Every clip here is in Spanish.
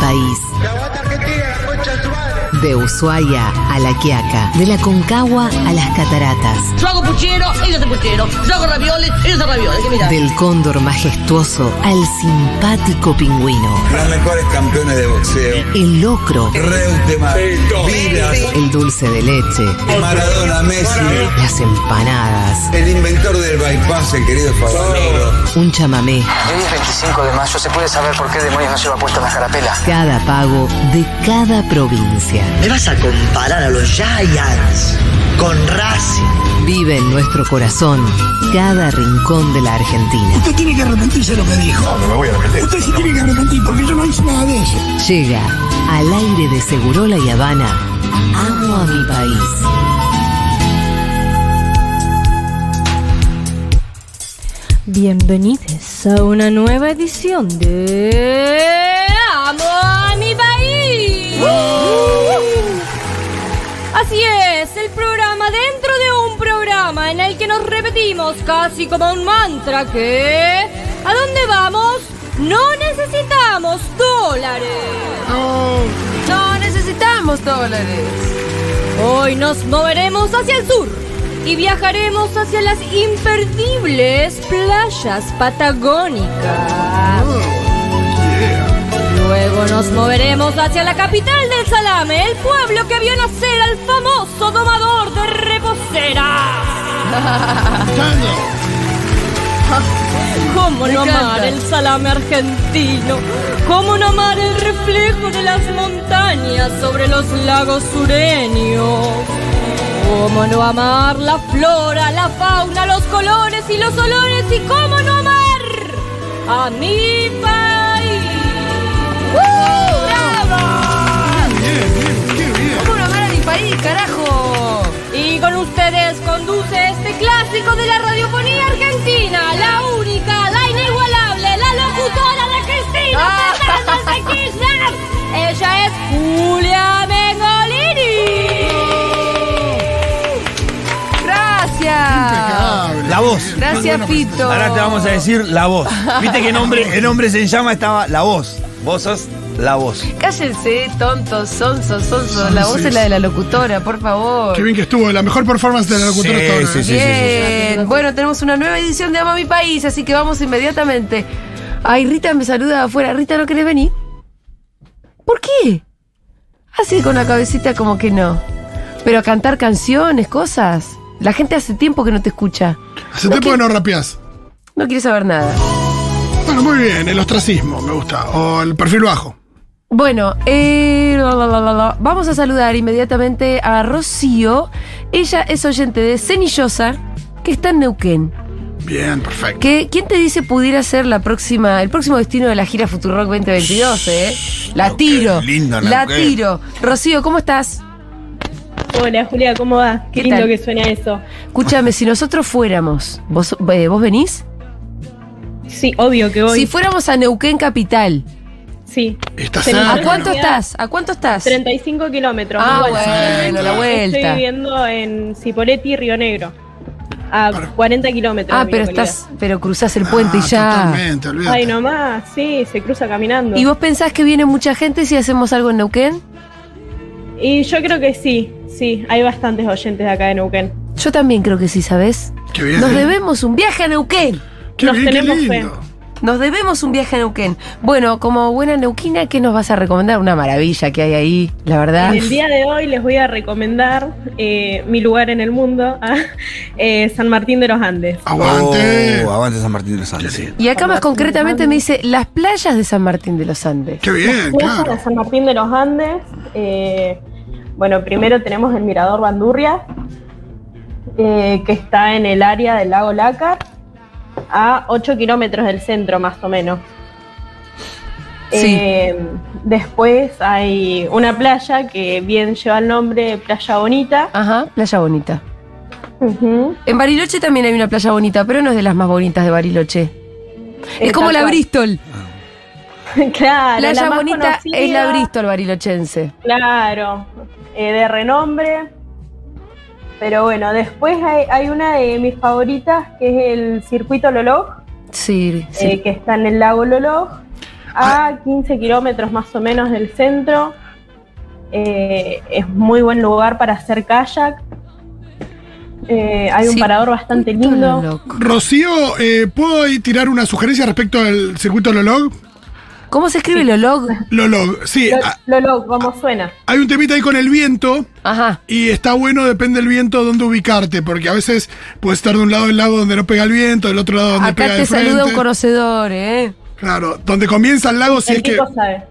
país. De Ushuaia a La Quiaca, de La Concagua a las Cataratas, Yo hago puchero, ellos hacen puchero. Yo hago ravioles, ellos hacen ravioles. ¿Qué mirá? del cóndor majestuoso al simpático pingüino, Los mejores campeones de boxeo. el locro, Reutemann, Vilas, el dulce de leche, Maradona, Messi, las empanadas, el inventor del bypass, el querido Fabanero. un chamamé, Hoy es 25 de mayo, ¿se puede saber por qué demonios no lleva puesta la carapela? cada pago de cada provincia. ¿Me vas a comparar a los Giants con Racing? Vive en nuestro corazón cada rincón de la Argentina. Usted tiene que arrepentirse de lo que dijo. No, no me voy a arrepentir. Usted sí tiene que arrepentir porque yo no hice nada de eso. Llega al aire de Segurola y Habana. Amo a mi país. Bienvenidos a una nueva edición de Amo a mi país. Así es, el programa dentro de un programa en el que nos repetimos casi como un mantra que a dónde vamos no necesitamos dólares. Oh, No necesitamos dólares. Hoy nos moveremos hacia el sur y viajaremos hacia las imperdibles playas patagónicas. Luego nos moveremos hacia la capital del Salame, el pueblo que vio nacer al famoso domador de reposeras. ¿Cómo no amar encanta. el salame argentino? ¿Cómo no amar el reflejo de las montañas sobre los lagos sureños? ¿Cómo no amar la flora, la fauna, los colores y los olores? ¿Y cómo no amar a mi país? ¡Bravo! ¿Cómo no amar a mi país, carajo? Y con ustedes conduce este clásico de la radiofonía argentina, la única, la inigualable, la locutora de Cristina Fernández de Kirchner. Ella es Julia Bengolini. Gracias. La voz. Gracias, Pito. Ahora te vamos a decir la voz. Viste que en hombre, en Hombres en llama estaba la voz. Vos sos la voz. Cállense, tontos, sonsos, sonsos. La voz es la de la locutora, por favor. Qué bien que estuvo, la mejor performance de la locutora hasta ahora. sí, Bien. Bueno, tenemos una nueva edición de Ama a mi país, así que vamos inmediatamente. Ay, Rita me saluda afuera. Rita, ¿no querés venir? ¿Por qué? Así con la cabecita como que no. Pero a cantar canciones, cosas. La gente hace tiempo que no te escucha. Hace tiempo que no rapeás. No quiere saber nada. Bueno, muy bien, el ostracismo me gusta. O el perfil bajo. Bueno, eh, la, la, la, la, la. vamos a saludar inmediatamente a Rocío. Ella es oyente de Cenillosar, que está en Neuquén. Bien, perfecto. Que, ¿Quién te dice pudiera ser la próxima, el próximo destino de la gira Futurock 2022? Eh? La Neuquén, tiro. lindo la Neuquén. tiro. Rocío, ¿cómo estás? Hola Julia, ¿cómo va? ¿Qué Qué lindo tal? que suena eso. Escúchame, si nosotros fuéramos, ¿vos, eh, ¿vos venís? Sí, obvio que voy. Si fuéramos a Neuquén Capital, sí. Está Tenés cerca. ¿a Claro. cuánto estás? ¿A cuánto estás? 35 kilómetros. Ah, Muy bueno, la Estoy vuelta. viviendo en Cipoletti, Río Negro. Ah, A 40 kilómetros. Ah, de mi pero localidad. estás, pero cruzás el puente y Ah, ya. Totalmente, olvídate. Ay, nomás, sí, se cruza caminando. ¿Y vos pensás que viene mucha gente si hacemos algo en Neuquén? Y yo creo que sí, sí, hay bastantes oyentes de acá de Neuquén. Yo también creo que sí, ¿sabés? Qué bien. Nos debemos un viaje a Neuquén. Qué nos bien, qué tenemos lindo. Nos debemos un viaje a Neuquén. Bueno, como buena neuquina, ¿qué nos vas a recomendar? Una maravilla que hay ahí, la verdad. En el día de hoy les voy a recomendar eh, mi lugar en el mundo, ah, eh, San Martín de los Andes. Aguante. Oh, aguante San Martín de los Andes. sí. Y acá más concretamente me dice las playas de San Martín de los Andes. Qué bien, Plaza claro. de San Martín de los Andes. eh, bueno, primero tenemos el Mirador Bandurria, eh, que está en el área del lago Lácar, a 8 kilómetros del centro más o menos. Sí. Eh, después hay una playa que bien lleva el nombre Playa Bonita. Ajá, playa bonita. Ujú. En Bariloche también hay una playa bonita, pero no es de las más bonitas de Bariloche. Es como tal la cual. Bristol. Claro, la Playa más bonita es la conocida. Bristol barilochense. Claro, eh, de renombre. Pero bueno, después hay, hay una de mis favoritas que es el circuito Lolog, Sí, Ah. sí. eh, que está en el lago Lolog. a 15 kilómetros más o menos del centro. Eh, es muy buen lugar para hacer kayak. Eh, hay un parador bastante lindo. Rocío, eh, ¿puedo ahí tirar una sugerencia respecto al circuito Lolog? ¿Cómo se escribe Lolog? Lolog, sí. Lo- ah, Lolo, ¿cómo suena? Hay un temita ahí con el viento. Ajá. Y está bueno, depende del viento, dónde ubicarte, porque a veces puedes estar de un lado del lago donde no pega el viento, del otro lado donde Acá pega te el frente. saluda un conocedor, ¿eh? Claro, donde comienza el lago, si El es que. Nico sabe.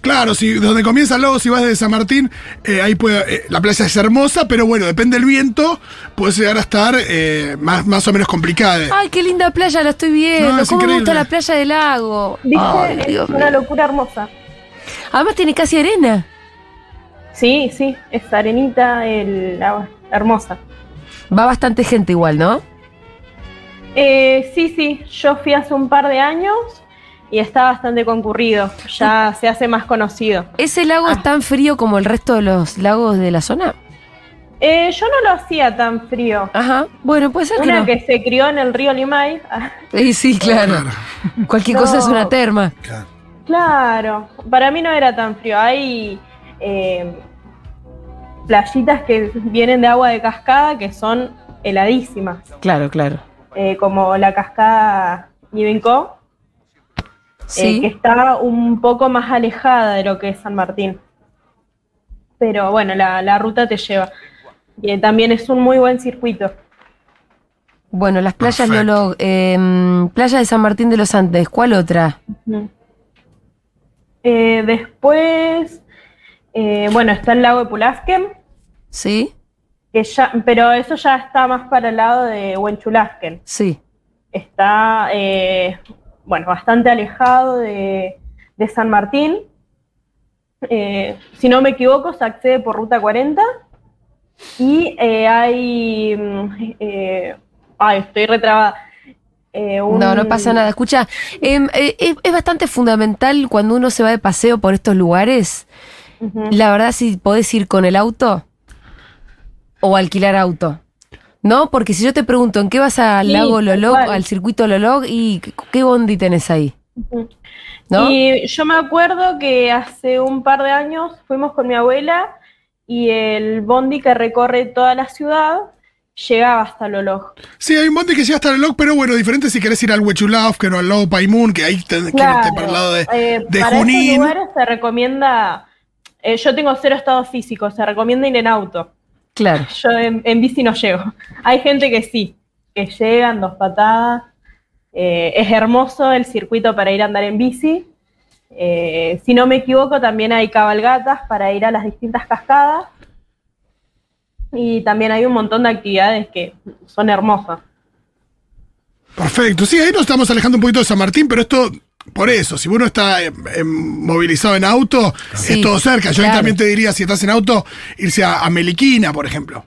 Claro, si donde comienza el lago, si vas desde San Martín, eh, ahí puede, eh, la playa es hermosa, pero bueno, depende del viento, puedes llegar a estar eh, más, más o menos complicada. Ay, qué linda playa, la estoy viendo. No, es ¿Cómo me increíble. gusta la playa del lago? ¿Viste? Ay, es Dios una mío. locura hermosa. Además tiene casi arena. Sí, sí, esta arenita, el agua, hermosa. Va bastante gente igual, ¿no? Eh, sí, sí, yo fui hace un par de años y está bastante concurrido, ya se hace más conocido. ¿Ese lago Ah. es tan frío como el resto de los lagos de la zona? Eh, yo no lo hacía tan frío. Ajá. Bueno, puede ser Ah, que Una no. que se crió en el río Limay. ah, Eh, sí, claro. Cualquier cosa es No. una terma. Claro, para mí no era tan frío. Hay eh, playitas que vienen de agua de cascada que son heladísimas, Claro, claro. eh, como la cascada Nivinco, Sí. eh, que está un poco más alejada de lo que es San Martín. Pero bueno, la, la ruta te lleva. Y eh, también es un muy buen circuito. Bueno, las playas Perfecto. Lolo, em, playa de San Martín de los Andes, ¿cuál otra? Ujú. Eh, después, eh, bueno, está el lago de Pulaskem, ¿Sí? que ya, pero eso ya está más para el lado de Huenchulasken. Sí. Está, eh, bueno, bastante alejado de, de San Martín. Eh, si no me equivoco, se accede por Ruta 40. Y eh, hay... mm, eh, ay, estoy retrabada. Eh, un- No, no pasa nada. Escucha, em, eh, es, es bastante fundamental cuando uno se va de paseo por estos lugares. Ujú. La verdad, si podés ir con el auto o alquilar auto. ¿No? Porque si yo te pregunto, ¿en qué vas al Sí, lago tal Lolog, cual. al circuito Lolog, y qué- qué bondi tenés ahí? Ujú. ¿No? Y yo me acuerdo que hace un par de años fuimos con mi abuela y el bondi que recorre toda la ciudad llegaba hasta Loloj. Sí, hay un monte que llega hasta el log, pero bueno, diferente si querés ir al Huechulaf, que no al lago Paimún, que ahí tenés que irte para el lado de, eh, de para esos Junín. lugares se recomienda, eh, yo tengo cero estado físico, se recomienda ir en auto. Claro. Yo en, en bici no llego. Hay gente que sí, que llegan dos patadas. Eh, es hermoso el circuito para ir a andar en bici. Eh, si no me equivoco, también hay cabalgatas para ir a las distintas cascadas. Y también hay un montón de actividades que son hermosas. Perfecto, sí, ahí nos estamos alejando un poquito de San Martín, pero esto, por eso, si uno está eh, eh, movilizado en auto, Sí, es todo cerca. Yo ahí claro. también te diría, si estás en auto, irse a, a Meliquina, por ejemplo,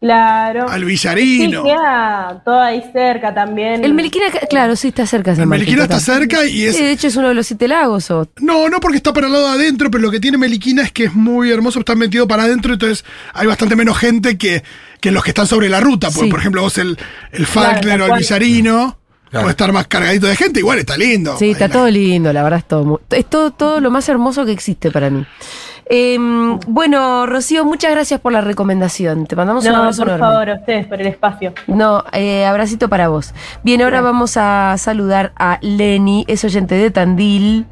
Claro. al Sí, Villarino. queda todo ahí cerca también. El Meliquina, claro, sí está cerca. de San El Martín, Meliquina está total. cerca y es... Sí, de hecho es uno de los siete lagos. O... No, no porque está para el lado de adentro, pero lo que tiene Meliquina es que es muy hermoso, está metido para adentro, entonces hay bastante menos gente que, que los que están sobre la ruta. Porque, Sí. por ejemplo, vos el, el Claro, Falkner tal o el cual. Villarino, puede estar más cargadito de gente, igual está lindo. Sí, está Ahí la- todo lindo, la verdad es todo, mu- es todo, todo lo más hermoso que existe para mí. Em, bueno, Rocío, muchas gracias por la recomendación. Te mandamos un No, abrazo por enorme. favor, a ustedes por el espacio. No, eh, abracito para vos. Bien, ahora vamos a saludar a Lenny, es oyente de Tandil,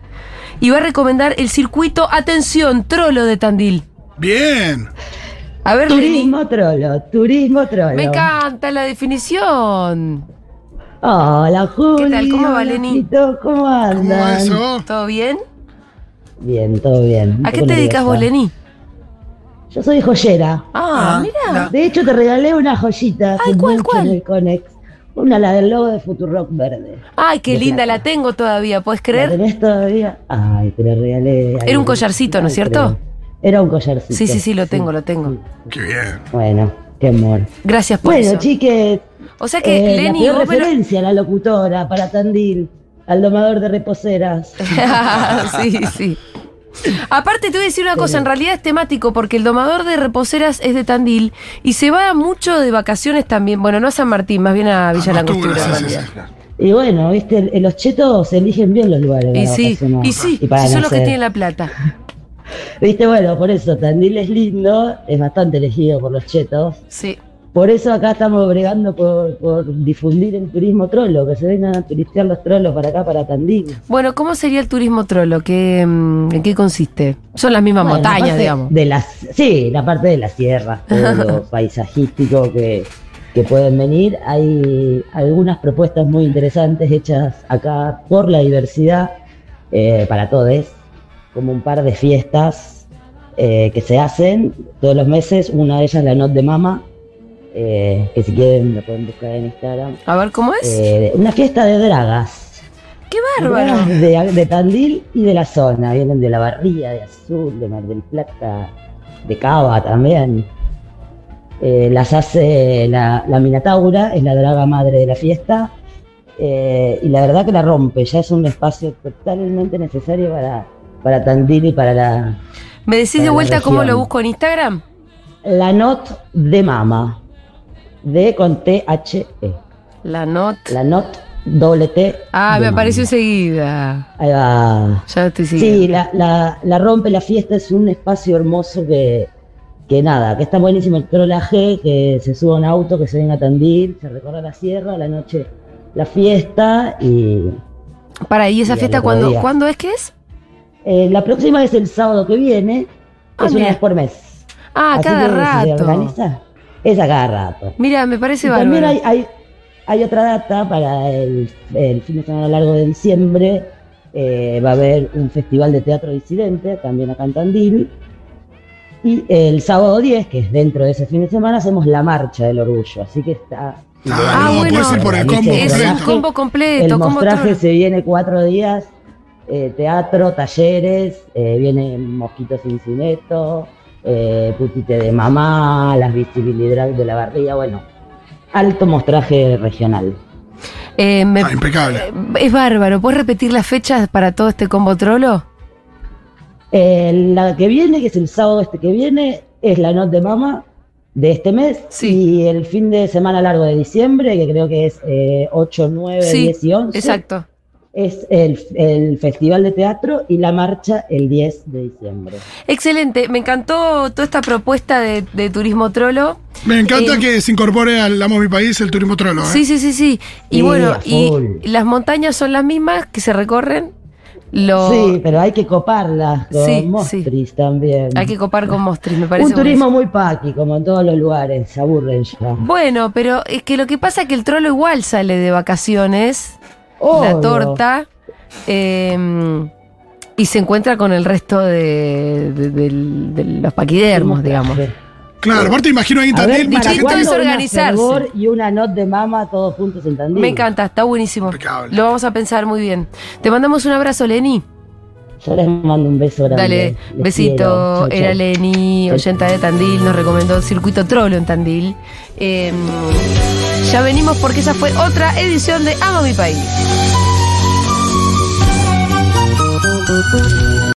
y va a recomendar el circuito Atención Trolo de Tandil. Bien. A ver, Lenny. Turismo trolo, turismo trolo. Me encanta la definición. Hola, Julio. ¿Qué tal? ¿Cómo va, hola, Leni? Fito, ¿Cómo ¿Cómo andan? va eso? ¿Todo bien? Bien, todo bien. ¿A qué te dedicas vos, Leni? Lenny? Yo soy joyera. Ah, Ah, mira. De hecho, te regalé una joyita hace Ay, ¿cuál, mucho cuál? en el Conex. Una, la del logo de Futurock verde. Ay, qué de linda, la plata. tengo todavía, ¿puedes ¿La creer? tenés todavía? Ay, te la regalé. Era un collarcito, ¿no es Ay, cierto? creo. Era un collarcito. Sí, sí, sí, lo tengo, lo tengo. Qué bien. Bueno, qué amor. Gracias por Bueno, eso. chiques, O sea que, eh, Lenny, la peor vos me lo- referencia a la locutora para Tandil, al domador de reposeras. sí, sí. Aparte, te voy a decir una cosa, en realidad es temático, porque el domador de reposeras es de Tandil y se va mucho de vacaciones también, bueno, no a San Martín, más bien a Villa Ah, La no estuvo, Angostura, sí, en sí, realidad. sí, claro. Y bueno, viste, el- los chetos eligen bien los lugares. Y para sí, vacacionar y sí, para si son los que nacer. tienen la plata. Viste, bueno, por eso Tandil es lindo, es bastante elegido por los chetos. Sí. Por eso acá estamos bregando por, por difundir el turismo trolo, que se vengan a turistear los trolos para acá, para Tandil. Bueno, ¿cómo sería el turismo trolo? ¿Qué, mm, ¿En qué consiste? Son las mismas Bueno, montañas, aparte digamos. De las, sí, la parte de la sierra, todo lo paisajístico que, que pueden venir. Hay algunas propuestas muy interesantes hechas acá por la diversidad eh, para todos, como un par de fiestas eh, que se hacen todos los meses. Una de ellas la Not de Mama, eh, que si quieren lo pueden buscar en Instagram. Eh, A ver, ¿cómo es? una fiesta de dragas. ¡Qué bárbaro! Dragas De, de Tandil y de la zona. Vienen de La Barría, de Azul, de Mar del Plata, de Cava también. Eh, las hace la, la Minataura, es la draga madre de la fiesta. eh, y la verdad que la rompe, ya es un espacio totalmente necesario para, para Tandil y para la, ¿Me decís para de la vuelta cómo lo región. busco en Instagram? la not de mama. De con T-H-E. La not. La not doble T. Ah, de me mama. apareció enseguida. Ahí va. Ya estoy siguiendo. Sí, la, la- la rompe la fiesta, es un espacio hermoso que, que nada, que está buenísimo el trolaje, que se suba a un auto, que se venga a Tandil, se recorra la sierra, a la noche la fiesta y... Para, ¿y esa fiesta cuándo- cuándo es que es? eh, la próxima es el sábado que viene, Ah, es una mira. vez por mes. Ah, Así cada que si se rato. organiza, es a cada rato. Mira, me parece Y bárbaro. También hay, hay, hay otra data para el, el fin de semana largo de diciembre. eh, va a haber un festival de teatro disidente, también acá en Tandil. Y el sábado 10, que es dentro de ese fin de semana, hacemos la marcha del orgullo. Así que está. Ah, no, bueno. puedes ir por el combo Es un Ah, completo. combo completo, El combo mostraje trolo. se viene cuatro días: eh, teatro, talleres, eh, viene Mosquitos Incineto, eh, Putite de Mamá, las visibilidades de la barriga. Bueno, alto mostraje regional. Eh, me- eh, Es bárbaro. ¿Puedes repetir las fechas para todo este combo trolo? Eh, la que viene, que es el sábado este que viene, es la Not de Mama de este mes. Y el fin de semana largo de diciembre, que creo que es eh, 8, 9, Sí, 10 y 11. exacto. Es el, el festival de teatro y la marcha el 10 de diciembre. Excelente. Me encantó toda esta propuesta de, de turismo trolo. Me encanta Eh, que se incorpore al Amo Mi País el turismo trolo. ¿eh? Sí, sí, sí, sí. Y Sí, bueno, a y full. las montañas son las mismas que se recorren. Lo... Sí, pero hay que coparlas con Sí, sí. mostris también. Hay que copar con mostris, me parece. Un turismo muy paqui, como en todos los lugares, se aburren ya. Bueno, pero es que lo que pasa es que el trolo igual sale de vacaciones, la Obvio. torta, eh, y se encuentra con el resto de, de- del- de los paquidermos, digamos. Claro, aparte imagino ahí en A ver, Tandil mucha para gente. cuándo es que- organizarse. Fervor y una not de mama todos juntos en Tandil. Me encanta, está buenísimo. Lo vamos a pensar muy bien. Te mandamos un abrazo, Leni. Yo les mando un beso grande. Dale, Les besito. quiero. Chau, chau. Era Leni, oyenta de Tandil, nos recomendó el circuito trolo en Tandil. Eh, ya venimos porque esa fue otra edición de Amo mi país.